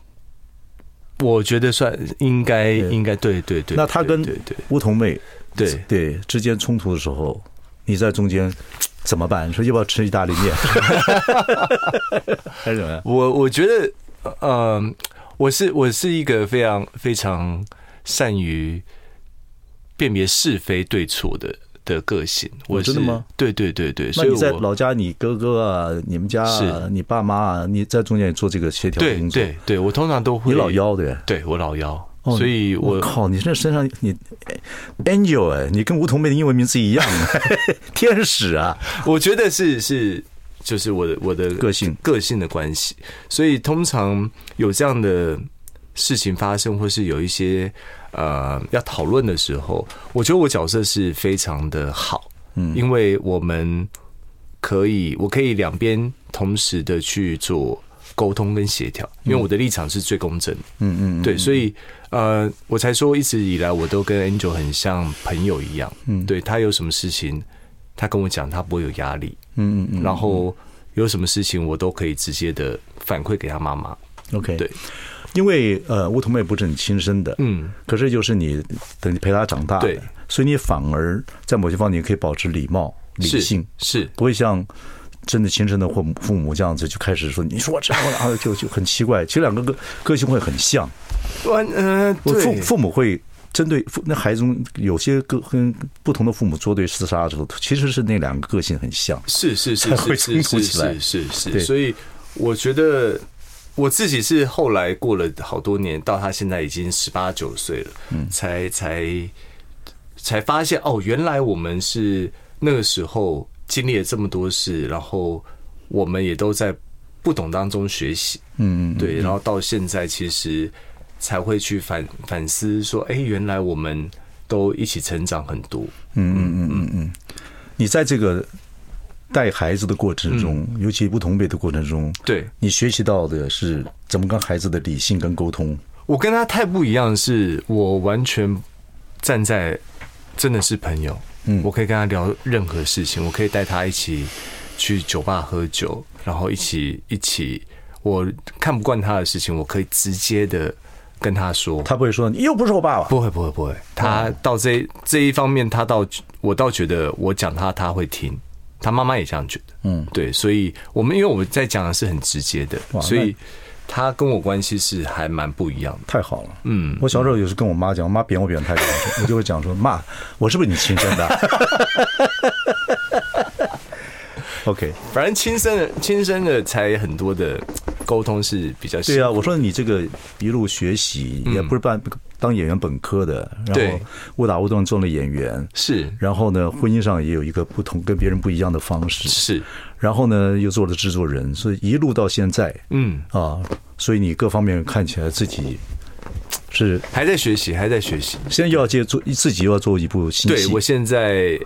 S2: 我觉得算应该应该对对对。
S1: 那她跟
S2: 对对
S1: 梧桐妹
S2: 对对
S1: 对之间冲突的时候，你在中间怎么办？说要不要吃意大利 面？还是怎么样？
S2: 我我觉得，呃，我是我是一个非常非常善于辨别是非对错的的个性。我是
S1: 哦真的吗？
S2: 对对对对，
S1: 那
S2: 所以
S1: 你在
S2: 我
S1: 老家，你哥哥啊，你们家、啊
S2: 是，
S1: 你爸妈啊，你在中间也做这个协调
S2: 对
S1: 工作，
S2: 对对，我通常都会
S1: 你老，幺对。
S2: 对我老幺，
S1: 哦
S2: 所以我
S1: 靠，你这身上你 Angel 哎，你跟梧桐妹的英文名字一样，啊 天使啊！
S2: 我觉得是是，就是我的我的
S1: 个性
S2: 个性的关系，所以通常有这样的事情发生，或是有一些呃要讨论的时候，我觉得我角色是非常的好，嗯，因为我们可以，我可以两边同时的去做沟通跟协调，因为我的立场是最公正的，嗯嗯，对，所以呃，我才说一直以来我都跟 Angel 很像朋友一样，嗯，对他有什么事情，他跟我讲，他不会有压力，
S1: 嗯嗯
S2: 然后有什么事情我都可以直接的反馈给他妈妈，
S1: 嗯，OK。
S2: 对，
S1: 因为呃，乌桐妹不是你亲生的，
S2: 嗯，
S1: 可是就是你等你陪她长大的，
S2: 对
S1: 所以你反而在某些方面你可以保持礼貌、理
S2: 是
S1: 性，
S2: 是
S1: 不会像真的亲生的或母父母这样子就开始说你说我这样，然后就就很奇怪。其实两个个个性会很像，
S2: 完呃，
S1: 我父
S2: 对
S1: 父母会针对父那孩子中有些个跟不同的父母作对厮杀的时候，其实是那两个个性很像。
S2: 是是
S1: 才
S2: 是
S1: 会
S2: 是
S1: 冲
S2: 是
S1: 突
S2: 是
S1: 起来
S2: 是是
S1: 对
S2: 是，所以我觉得我自己是后来过了好多年，到他现在已经十八九岁了，
S1: 嗯
S2: 才才才发现哦，原来我们是那个时候经历了这么多事，然后我们也都在不懂当中学习，
S1: 嗯，
S2: 对，然后到现在其实才会去反反思说，哎，原来我们都一起成长很多，
S1: 你在这个带孩子的过程中，
S2: 嗯
S1: 尤其不同辈的过程中，
S2: 对。
S1: 你学习到的是怎么跟孩子的理性跟沟通。
S2: 我跟他太不一样的是，我完全站在真的是朋友，嗯，我可以跟他聊任何事情，我可以带他一起去酒吧喝酒，然后一起一起，我看不惯他的事情，我可以直接的跟他说，
S1: 他不哦会说你又不是我爸爸，
S2: 不会不会不会，他到这这一方面，他倒我倒觉得我讲他他会听，他妈妈也这样觉得，
S1: 嗯，
S2: 对，所以我们因为我们在讲的是很直接的，
S1: 哇
S2: 所以他跟我关系是还蛮不一样的。
S1: 太好了。
S2: 嗯，
S1: 我小时候有时跟我妈讲，我妈扁我扁得太厉害，我就会讲说妈， 我是不是你亲生的 ？OK，
S2: 反正亲生的亲生的才很多的沟通是比较
S1: 对
S2: 啊，
S1: 啊，我说你这个一路学习，也不是办当演员本科的，然后
S2: 对
S1: 误打误撞中了演员，
S2: 是
S1: 然后呢，婚姻上也有一个不同跟别人不一样的方式，
S2: 是，
S1: 然后呢，又做了制作人，所以一路到现在
S2: 嗯，
S1: 啊，所以你各方面看起来自己是
S2: 还在学习，还在学习。
S1: 现在又要接做自己又要做一部新
S2: 对
S1: 戏
S2: 我，现在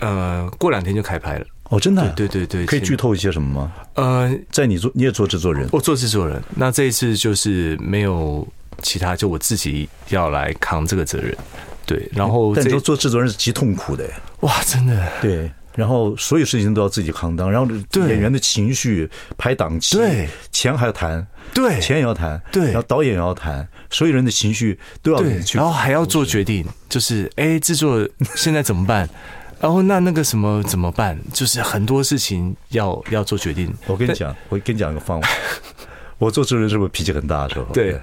S2: 呃，过两天就开拍了。
S1: 哦，真的啊，
S2: 对对对对
S1: 可以
S2: 现
S1: 剧透一些什么吗？
S2: 呃，
S1: 在你做你也做制作人，
S2: 我做制作人，那这一次就是没有其他，就我自己要来扛这个责任。对，然后
S1: 但你
S2: 这
S1: 说做制作人是极痛苦的，
S2: 哇，真的
S1: 对。然后所有事情都要自己扛当，然后
S2: 对
S1: 演员的情绪、排档期，
S2: 对，
S1: 钱还要谈，
S2: 对
S1: 钱也要谈，
S2: 对
S1: 然后导演也要谈，所有人的情绪都要
S2: 对
S1: 你，哦去
S2: 然。后还要做决定，就是哎，制作现在怎 么办？然后那那个什么怎么办？就是很多事情要要做决定。
S1: 我跟你讲，我跟你讲一个方 法，我做制作人是不是脾气很大的时候？
S2: 对，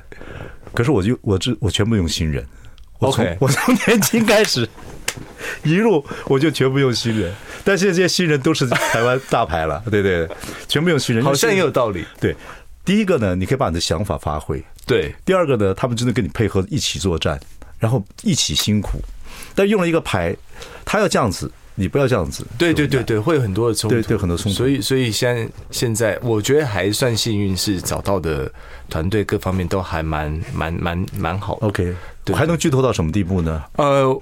S1: 可是我就我这我全部用新人，我从
S2: OK
S1: 我从年轻开始， 一路我就全部用新人，但现在这些新人都是台湾大牌了， 对对，对全部用新人，
S2: 好像也有道理。
S1: 对。第一个呢，你可以把你的想法发挥；
S2: 对，
S1: 第二个呢，他们真的跟你配合一起作战，然后一起辛苦。但用了一个牌，他要这样子，你不要这样子。
S2: 对对对对，会有很多的冲突，
S1: 对对很多冲突
S2: 所以所以现在现在，我觉得还算幸运，是找到的团队各方面都还蛮蛮蛮蛮好的。
S1: OK，
S2: 对
S1: 还能剧透到什么地步呢？
S2: 呃，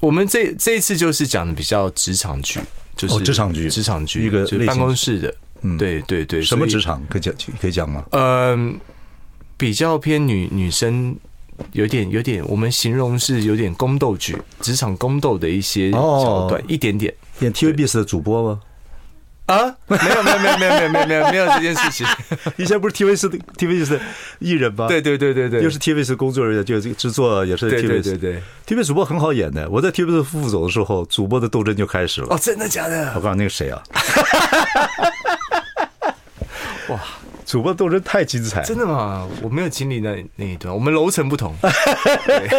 S2: 我们这这一次就是讲的比较职场剧，就是、
S1: 哦职场剧
S2: 职场剧
S1: 一个
S2: 就
S1: 类型
S2: 是办公室的，
S1: 嗯
S2: 对对对，
S1: 什么
S2: 所以
S1: 职？场可以讲可以讲吗？
S2: 嗯、比较偏女女生。有点有点，我们形容是有点宫斗剧，职场宫斗的一些
S1: 哦
S2: 桥段，一点点。
S1: 演 TVBS 的主播 吗？
S2: 啊，没有没有没有没有没有没有没有没有这件事情。
S1: 以前不是 TVBS 的 TVBS 的艺人吗？
S2: 对，对对对对，
S1: 又是 TVBS 工作人员，就是制作也是 TVBS。
S2: 对对对对。
S1: TVBS 主播很好演的，我在 TVBS 副总的时候，主播的斗争就开始了。
S2: 哦，真的假
S1: 我
S2: 的？
S1: 告诉你那个谁啊， 哇，主播斗争太精彩了。
S2: 真的吗？我没有经历那那一段，我们楼层不同。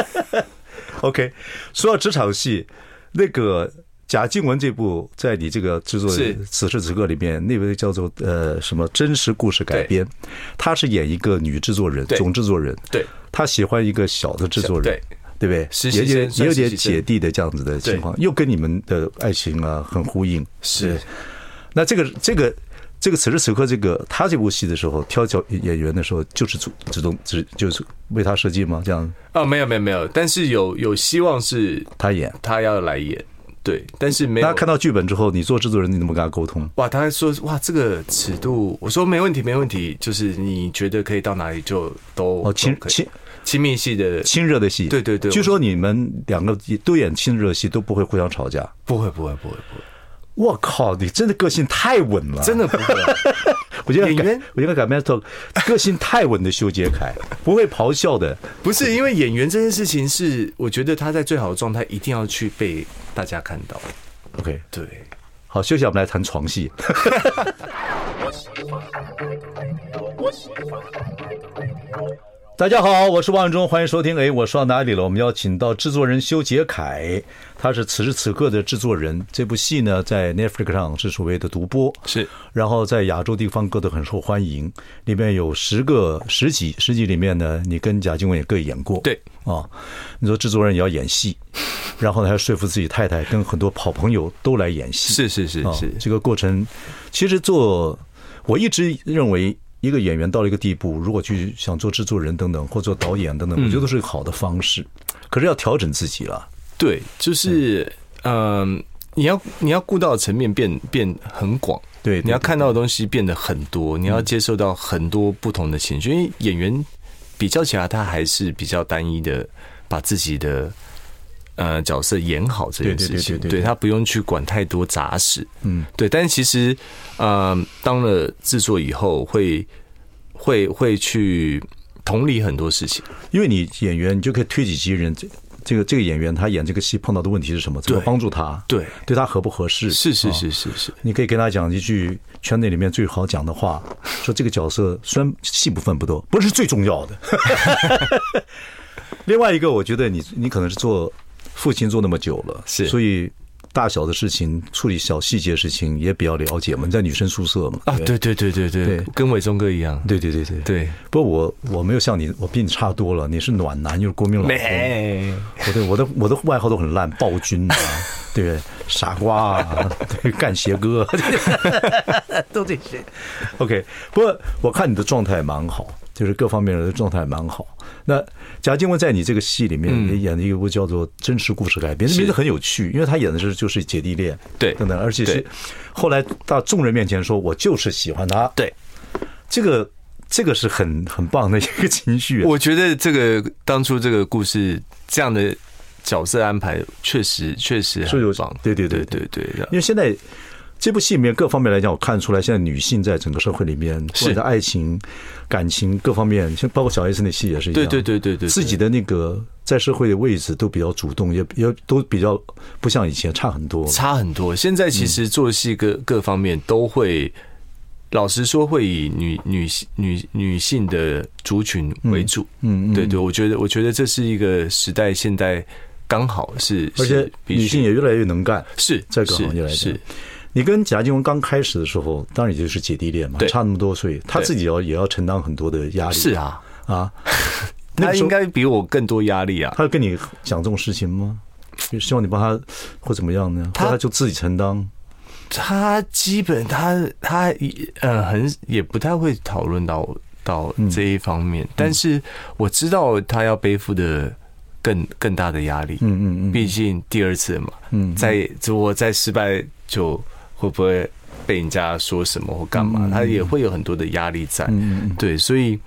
S1: OK，说到职场戏，那个贾静雯这部在你这个制作
S2: 是
S1: 此时此刻里面，那位叫做呃什么真实故事改编，她是演一个女制作人，
S2: 对
S1: 总制作人，
S2: 对，
S1: 她喜欢一个小的制作人，
S2: 对。
S1: 对不对？
S2: 实习
S1: 也有
S2: 生
S1: 点也
S2: 算
S1: 有
S2: 实习
S1: 点
S2: 生
S1: 姐弟的这样子的情况，又跟你们的爱情啊很呼应。
S2: 是
S1: 对，那这个这个这个此时此刻这个他这部戏的时候挑角演员的时候，就是主主动只就是为他设计吗？这样
S2: 啊，没有没有没有，但是有有希望是
S1: 他演。
S2: 他要来演，对，但是没
S1: 那
S2: 有
S1: 看。到剧本之后，你做制作人，你怎么跟他沟通？
S2: 哇，他还说哇，这个尺度，我说没问题，没问题，就是你觉得可以到哪里就都
S1: 哦，亲
S2: 都可以
S1: 亲
S2: 亲密系的，
S1: 亲热的戏，
S2: 对对对
S1: 据说你们两个都演亲热戏，都不会互相吵架。
S2: 不会不会不会不会，
S1: 我靠，你真的个性太稳了，
S2: 真的不会，
S1: 我觉得
S2: 演员
S1: 改我觉得改变 talk 个性太稳的修杰楷，不会咆哮的。
S2: 不是因为演员这件事情是，我觉得他在最好的状态一定要去被大家看到。
S1: OK，
S2: 对，
S1: 好，休息一下，我们来谈床戏。大家好，我是王永忠，欢迎收听。哎，我说到哪里了？我们邀请到制作人修杰楷，他是此时此刻的制作人。这部戏呢，在 Netflix 上是所谓的独播，
S2: 是
S1: 然后在亚洲地方各都很受欢迎。里面有十个十集，十集里面呢，你跟贾静雯也各演过，
S2: 对
S1: 啊。你说制作人也要演戏，然后呢还要说服自己太太跟很多好朋友都来演戏，
S2: 是是是
S1: 啊
S2: 是，
S1: 这个过程，其实做我一直认为。一个演员到了一个地步，如果去想做制作人等等，或做导演等等，
S2: 嗯
S1: 我觉得都是一个好的方式。可是要调整自己了，
S2: 对，就是嗯、你要你要顾到的层面变变很广，
S1: 对对嗯
S2: 你要看到的东西变得很多，你要接受到很多不同的情绪。因为演员比较起来，他还是比较单一的，把自己的呃角色演好这件事情，
S1: 对对对对对
S2: 他不用去管太多杂事，嗯，对。但其实呃，当了制作以后，会会会去同理很多事情。
S1: 因为你演员，你就可以推己及人。这这个这个演员他演这个戏碰到的问题是什么？怎么
S2: 对
S1: 帮助他？
S2: 对
S1: 对他合不合适？
S2: 是是
S1: 啊
S2: 是是是，
S1: 你可以跟他讲一句圈内里面最好讲的 话，说这个角色虽然戏部分不多，不是最重要 的。另外一个，我觉得你你可能是做父亲做那么久了，
S2: 是
S1: 所以大小的事情处理小细节的事情也比较了解嘛。你在女生宿舍嘛，
S2: 啊，对对对对对，
S1: 对
S2: 跟伟忠哥一样，
S1: 对对对对。
S2: 对，
S1: 不过我我没有像你，我比你差多了。你是暖男，又是国民老公，
S2: 没，
S1: 我的我的我的外号都很烂，暴君 啊，对，傻瓜啊，对，干斜哥，啊都这些。OK，不过我看你的状态蛮好，就是各方面的状态蛮好。那贾静雯在你这个戏里面
S2: 嗯
S1: 也演了一部叫做《真实故事改编》，这名字很有趣，因为她演的是就是姐弟恋，
S2: 对
S1: 等等，而且是
S2: 对
S1: 后来到众人面前说我就是喜欢他，
S2: 对，
S1: 这个这个是很很棒的一个情绪啊。
S2: 我觉得这个当初这个故事这样的角色安排，确实确实
S1: 是有
S2: 很棒，
S1: 对对对
S2: 对对对，
S1: 因为现在这部戏里面各方面来讲，我看出来现在女性在整个社会里面，不
S2: 是
S1: 管在爱情、感情各方面，像包括小 S 那戏也是一样，
S2: 对对对对对
S1: 自己的那个在社会的位置都比较主动，也也都比较不像以前差很多。
S2: 差很多。现在其实做戏各各方面都会，老实说会以女女女女性的族群为主，
S1: 嗯嗯嗯
S2: 对对，我觉得我觉得这是一个时代现代刚好是，
S1: 而且
S2: 是必须
S1: 女性也越来越能干。
S2: 是
S1: 在各
S2: 是
S1: 行业来讲
S2: 是
S1: 你跟贾静雯刚开始的时候，当然也就是姐弟恋嘛，
S2: 对
S1: 差那么多岁，她自己要也要承担很多的压力。
S2: 是啊，
S1: 啊，那
S2: 他
S1: 个时候
S2: 应该比我更多压力啊。
S1: 她跟你讲这种事情吗？希望你帮她或怎么样呢？
S2: 她
S1: 或她就自己承担。
S2: 他基本他他一呃很也不太会讨论到到这一方面，但是我知道他要背负的更更大的压力，
S1: 嗯嗯嗯
S2: 毕竟第二次嘛，
S1: 嗯嗯
S2: 再如果再失败就会不会被人家说什么或干嘛，他也会有很多的压力在，
S1: 嗯嗯嗯。
S2: 对，所以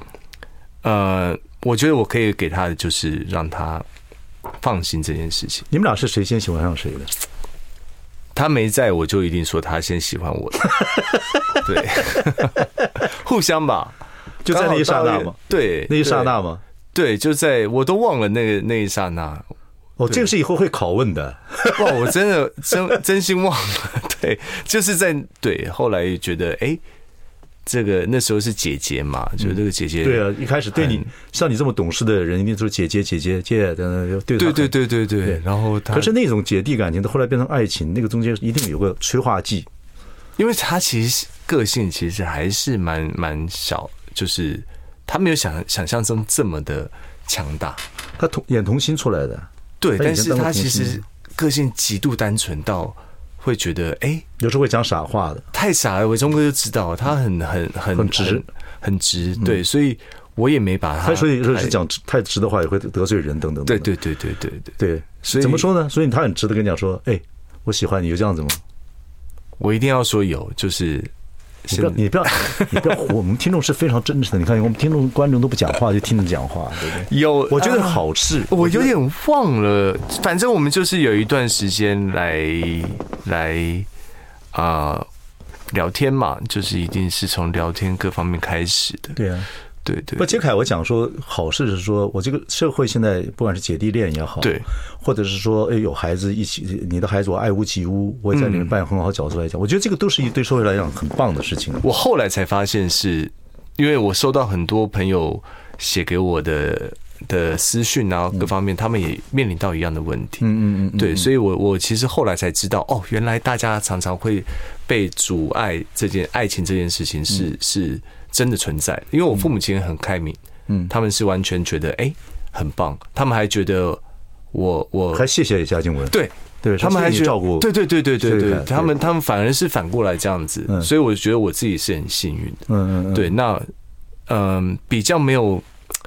S2: 呃，我觉得我可以给他的就是让他放心这件事情。
S1: 你们俩是谁先喜欢上谁的？
S2: 他没在，我就一定说他先喜欢 我的。对， 互相吧，
S1: 就在那一刹那
S2: 刚好
S1: 吗
S2: 到？对，
S1: 那一刹那吗？
S2: 对，对，就在我都忘了那个那一刹那，
S1: 哦，这个是以后会拷问的。
S2: 哇，我真的真真心忘了。 对，就是在对，后来觉得哎、这个那时候是姐姐嘛，就这个姐姐，
S1: 对啊，一开始对你
S2: 很
S1: 像你这么懂事的人，一定都是姐姐、姐姐、姐等等，对她
S2: 对
S1: 很
S2: 对。对对对
S1: 对
S2: 然后他，
S1: 可是那种姐弟感情，后来变成爱情，那个中间一定有个催化剂。
S2: 因为他其实个性其实还是蛮蛮小，就是他没有想想象中这么的强大。
S1: 他同演童星出来的，
S2: 对，
S1: 他以
S2: 但
S1: 前
S2: 是
S1: 当过
S2: 他
S1: 童
S2: 其
S1: 星
S2: 实个性极度单纯到会觉得，哎、
S1: 有时候会讲傻话的。
S2: 太傻了。伟忠哥就知道他很很很
S1: 很直
S2: 很很直。对，所以我也没把他
S1: 他
S2: 太。
S1: 所以说是讲直太直的话，也会得罪人等等。
S2: 对
S1: 等
S2: 对对对对对，
S1: 对，
S2: 所以
S1: 怎么说呢？所以他很直的跟你讲说：“哎，我喜欢你，就这样子吗？”
S2: 我一定要说有，就是
S1: 你不要，你不 要，你不要胡！我们听众是非常真诚的。你看，我们听众观众都不讲话，就听着讲话，对不对？
S2: 有，
S1: 我觉得
S2: 啊
S1: 好事，
S2: 我
S1: 觉
S2: 有
S1: 得
S2: 点忘了，反正我们就是有一段时间来来啊、聊天嘛，就是一定是从聊天各方面开始的。
S1: 对啊。
S2: 对对
S1: 不，杰凯，我讲说好事是说，我这个社会现在不管是姐弟恋也好，
S2: 对，
S1: 或者是说，哎，有孩子一起，你的孩子我爱屋及乌，我也在里面扮演很好角色来讲，我觉得这个都是一对社会来讲很棒的事情。
S2: 我后来才发现是，因为我收到很多朋友写给我的的私讯啊，各方面，他们也面临到一样的问题。
S1: 嗯嗯嗯，
S2: 对，所以我我其实后来才知道，哦，原来大家常常会被阻碍这件爱情这件事情是、是真的存在的。因为我父母亲很开明，
S1: 嗯
S2: 他们是完全觉得哎、很棒，他们还觉得我我
S1: 还谢谢嘉靖文，
S2: 对
S1: 对
S2: 他们还
S1: 谢谢
S2: 觉
S1: 你
S2: 得
S1: 照顾，
S2: 对对对对对
S1: 对
S2: 对
S1: 对，
S2: 他们他们反而是反过来这样子，
S1: 嗯
S2: 所以我觉得我自己是很幸运的。
S1: 嗯，嗯嗯，
S2: 对，那嗯、比较没有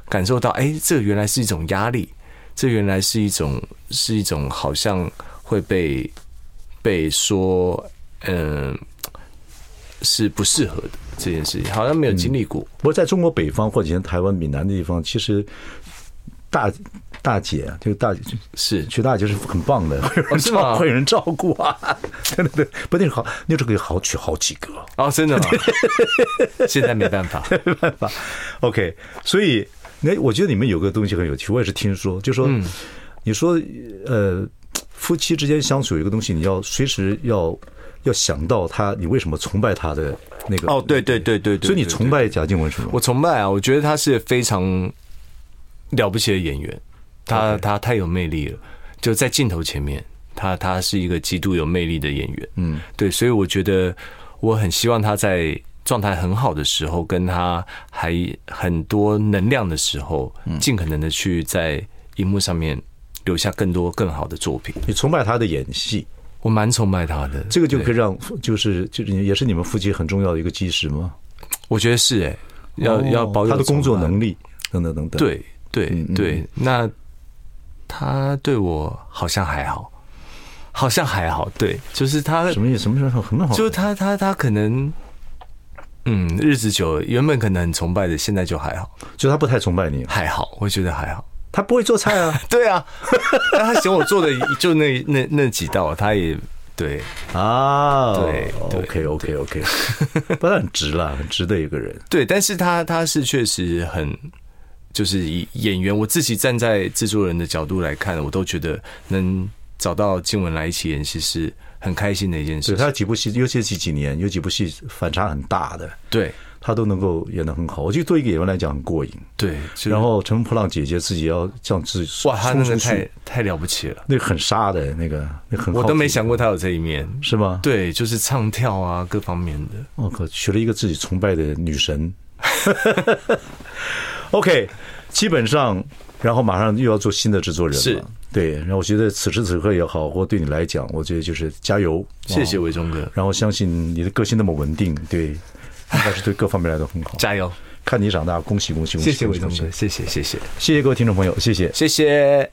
S2: 感受到，哎、这原来是一种压力，这原来是一种是一种好像会被被说，嗯、是不适合的这件事情，好像没有经历过。
S1: 不过在中国北方或者以前台湾闽南的地方，其实大大姐啊就大
S2: 是
S1: 娶大姐是很棒的，会有人
S2: 是吗
S1: 照会有人照顾啊， 对对对，不那是好，那时候可以好娶好几个。
S2: 哦，真的吗？ 现在没办法。
S1: 没办法。OK，所以那我觉得你们有个东西很有趣，我也是听说，就说、
S2: 嗯
S1: 你说呃，夫妻之间相处有一个东西，你要随时要要想到他，你为什么崇拜他的那个
S2: 哦，对对对对对，
S1: 所以你
S2: 对
S1: 崇拜贾静雯是吗？
S2: 我崇拜啊，我觉得他是非常了不起的演员，他他太有魅力了，就在镜头前面，他他是一个极度有魅力的演员，嗯，对，所以我觉得我很希望他在状态很好的时候，跟他还很多能量的时候，
S1: 嗯
S2: 尽可能的去在荧幕上面留下更多更好的作品，
S1: 你崇拜他的演戏，
S2: 我蛮崇拜他的，
S1: 这个就可以
S2: 对
S1: 让就是就是也是你们夫妻很重要的一个基石吗？
S2: 我觉得是哎、要、
S1: 哦
S2: 要保有
S1: 他的工作
S2: 崇拜
S1: 能力等等等等。，
S2: 对对
S1: 嗯嗯
S2: 对，那他对我好像还好，好像还好，对，就是他，
S1: 什么意思？什么时候很好？
S2: 就是他他他可能，嗯，日子久了，原本可能很崇拜的，现在就还好，
S1: 就他不太崇拜你，
S2: 还好，我觉得还好。
S1: 他不会做菜啊
S2: 对啊， 但他嫌我做的就那那那几道，他也对
S1: 啊。
S2: 对对
S1: ，OK OK OK，不 然很直了，很直的一个人。
S2: 对，但是他他是确实很。就是以演员，我自己站在制作人的角度来看，我都觉得能找到静雯来一起演戏是很开心的一件事
S1: 对
S2: 情。
S1: 他有几部戏，尤其是几年，有几部戏反差很大的，
S2: 对
S1: 他都能够演得很好。我觉得对一个演员来讲很过瘾。
S2: 对，就是
S1: 然后《乘风破浪》姐姐自己要这样自己
S2: 哇，他那
S1: 冲出
S2: 个
S1: 去
S2: 太太了不起了，
S1: 那个很杀的那个，那个很
S2: 我
S1: 好
S2: 都没
S1: 奇
S2: 想过他有这一面。
S1: 是吗？，
S2: 对，就是唱跳啊，各方面的。
S1: 我靠，哦娶了一个自己崇拜的女神。OK，基本上，然后马上又要做新的制作人了。
S2: 是
S1: 对，然后我觉得此时此刻也好，或对你来讲，我觉得就是加油，
S2: 谢谢
S1: 哇。
S2: 伟忠哥，
S1: 然后相信你的个性那么稳定，对， 应该是对各方面来都很好。
S2: 加油！
S1: 看你长大，恭喜恭喜恭喜！
S2: 谢谢伟
S1: 恭
S2: 忠
S1: 喜
S2: 哥，谢谢谢谢
S1: 谢谢各位听众朋友，谢谢。
S2: 谢谢。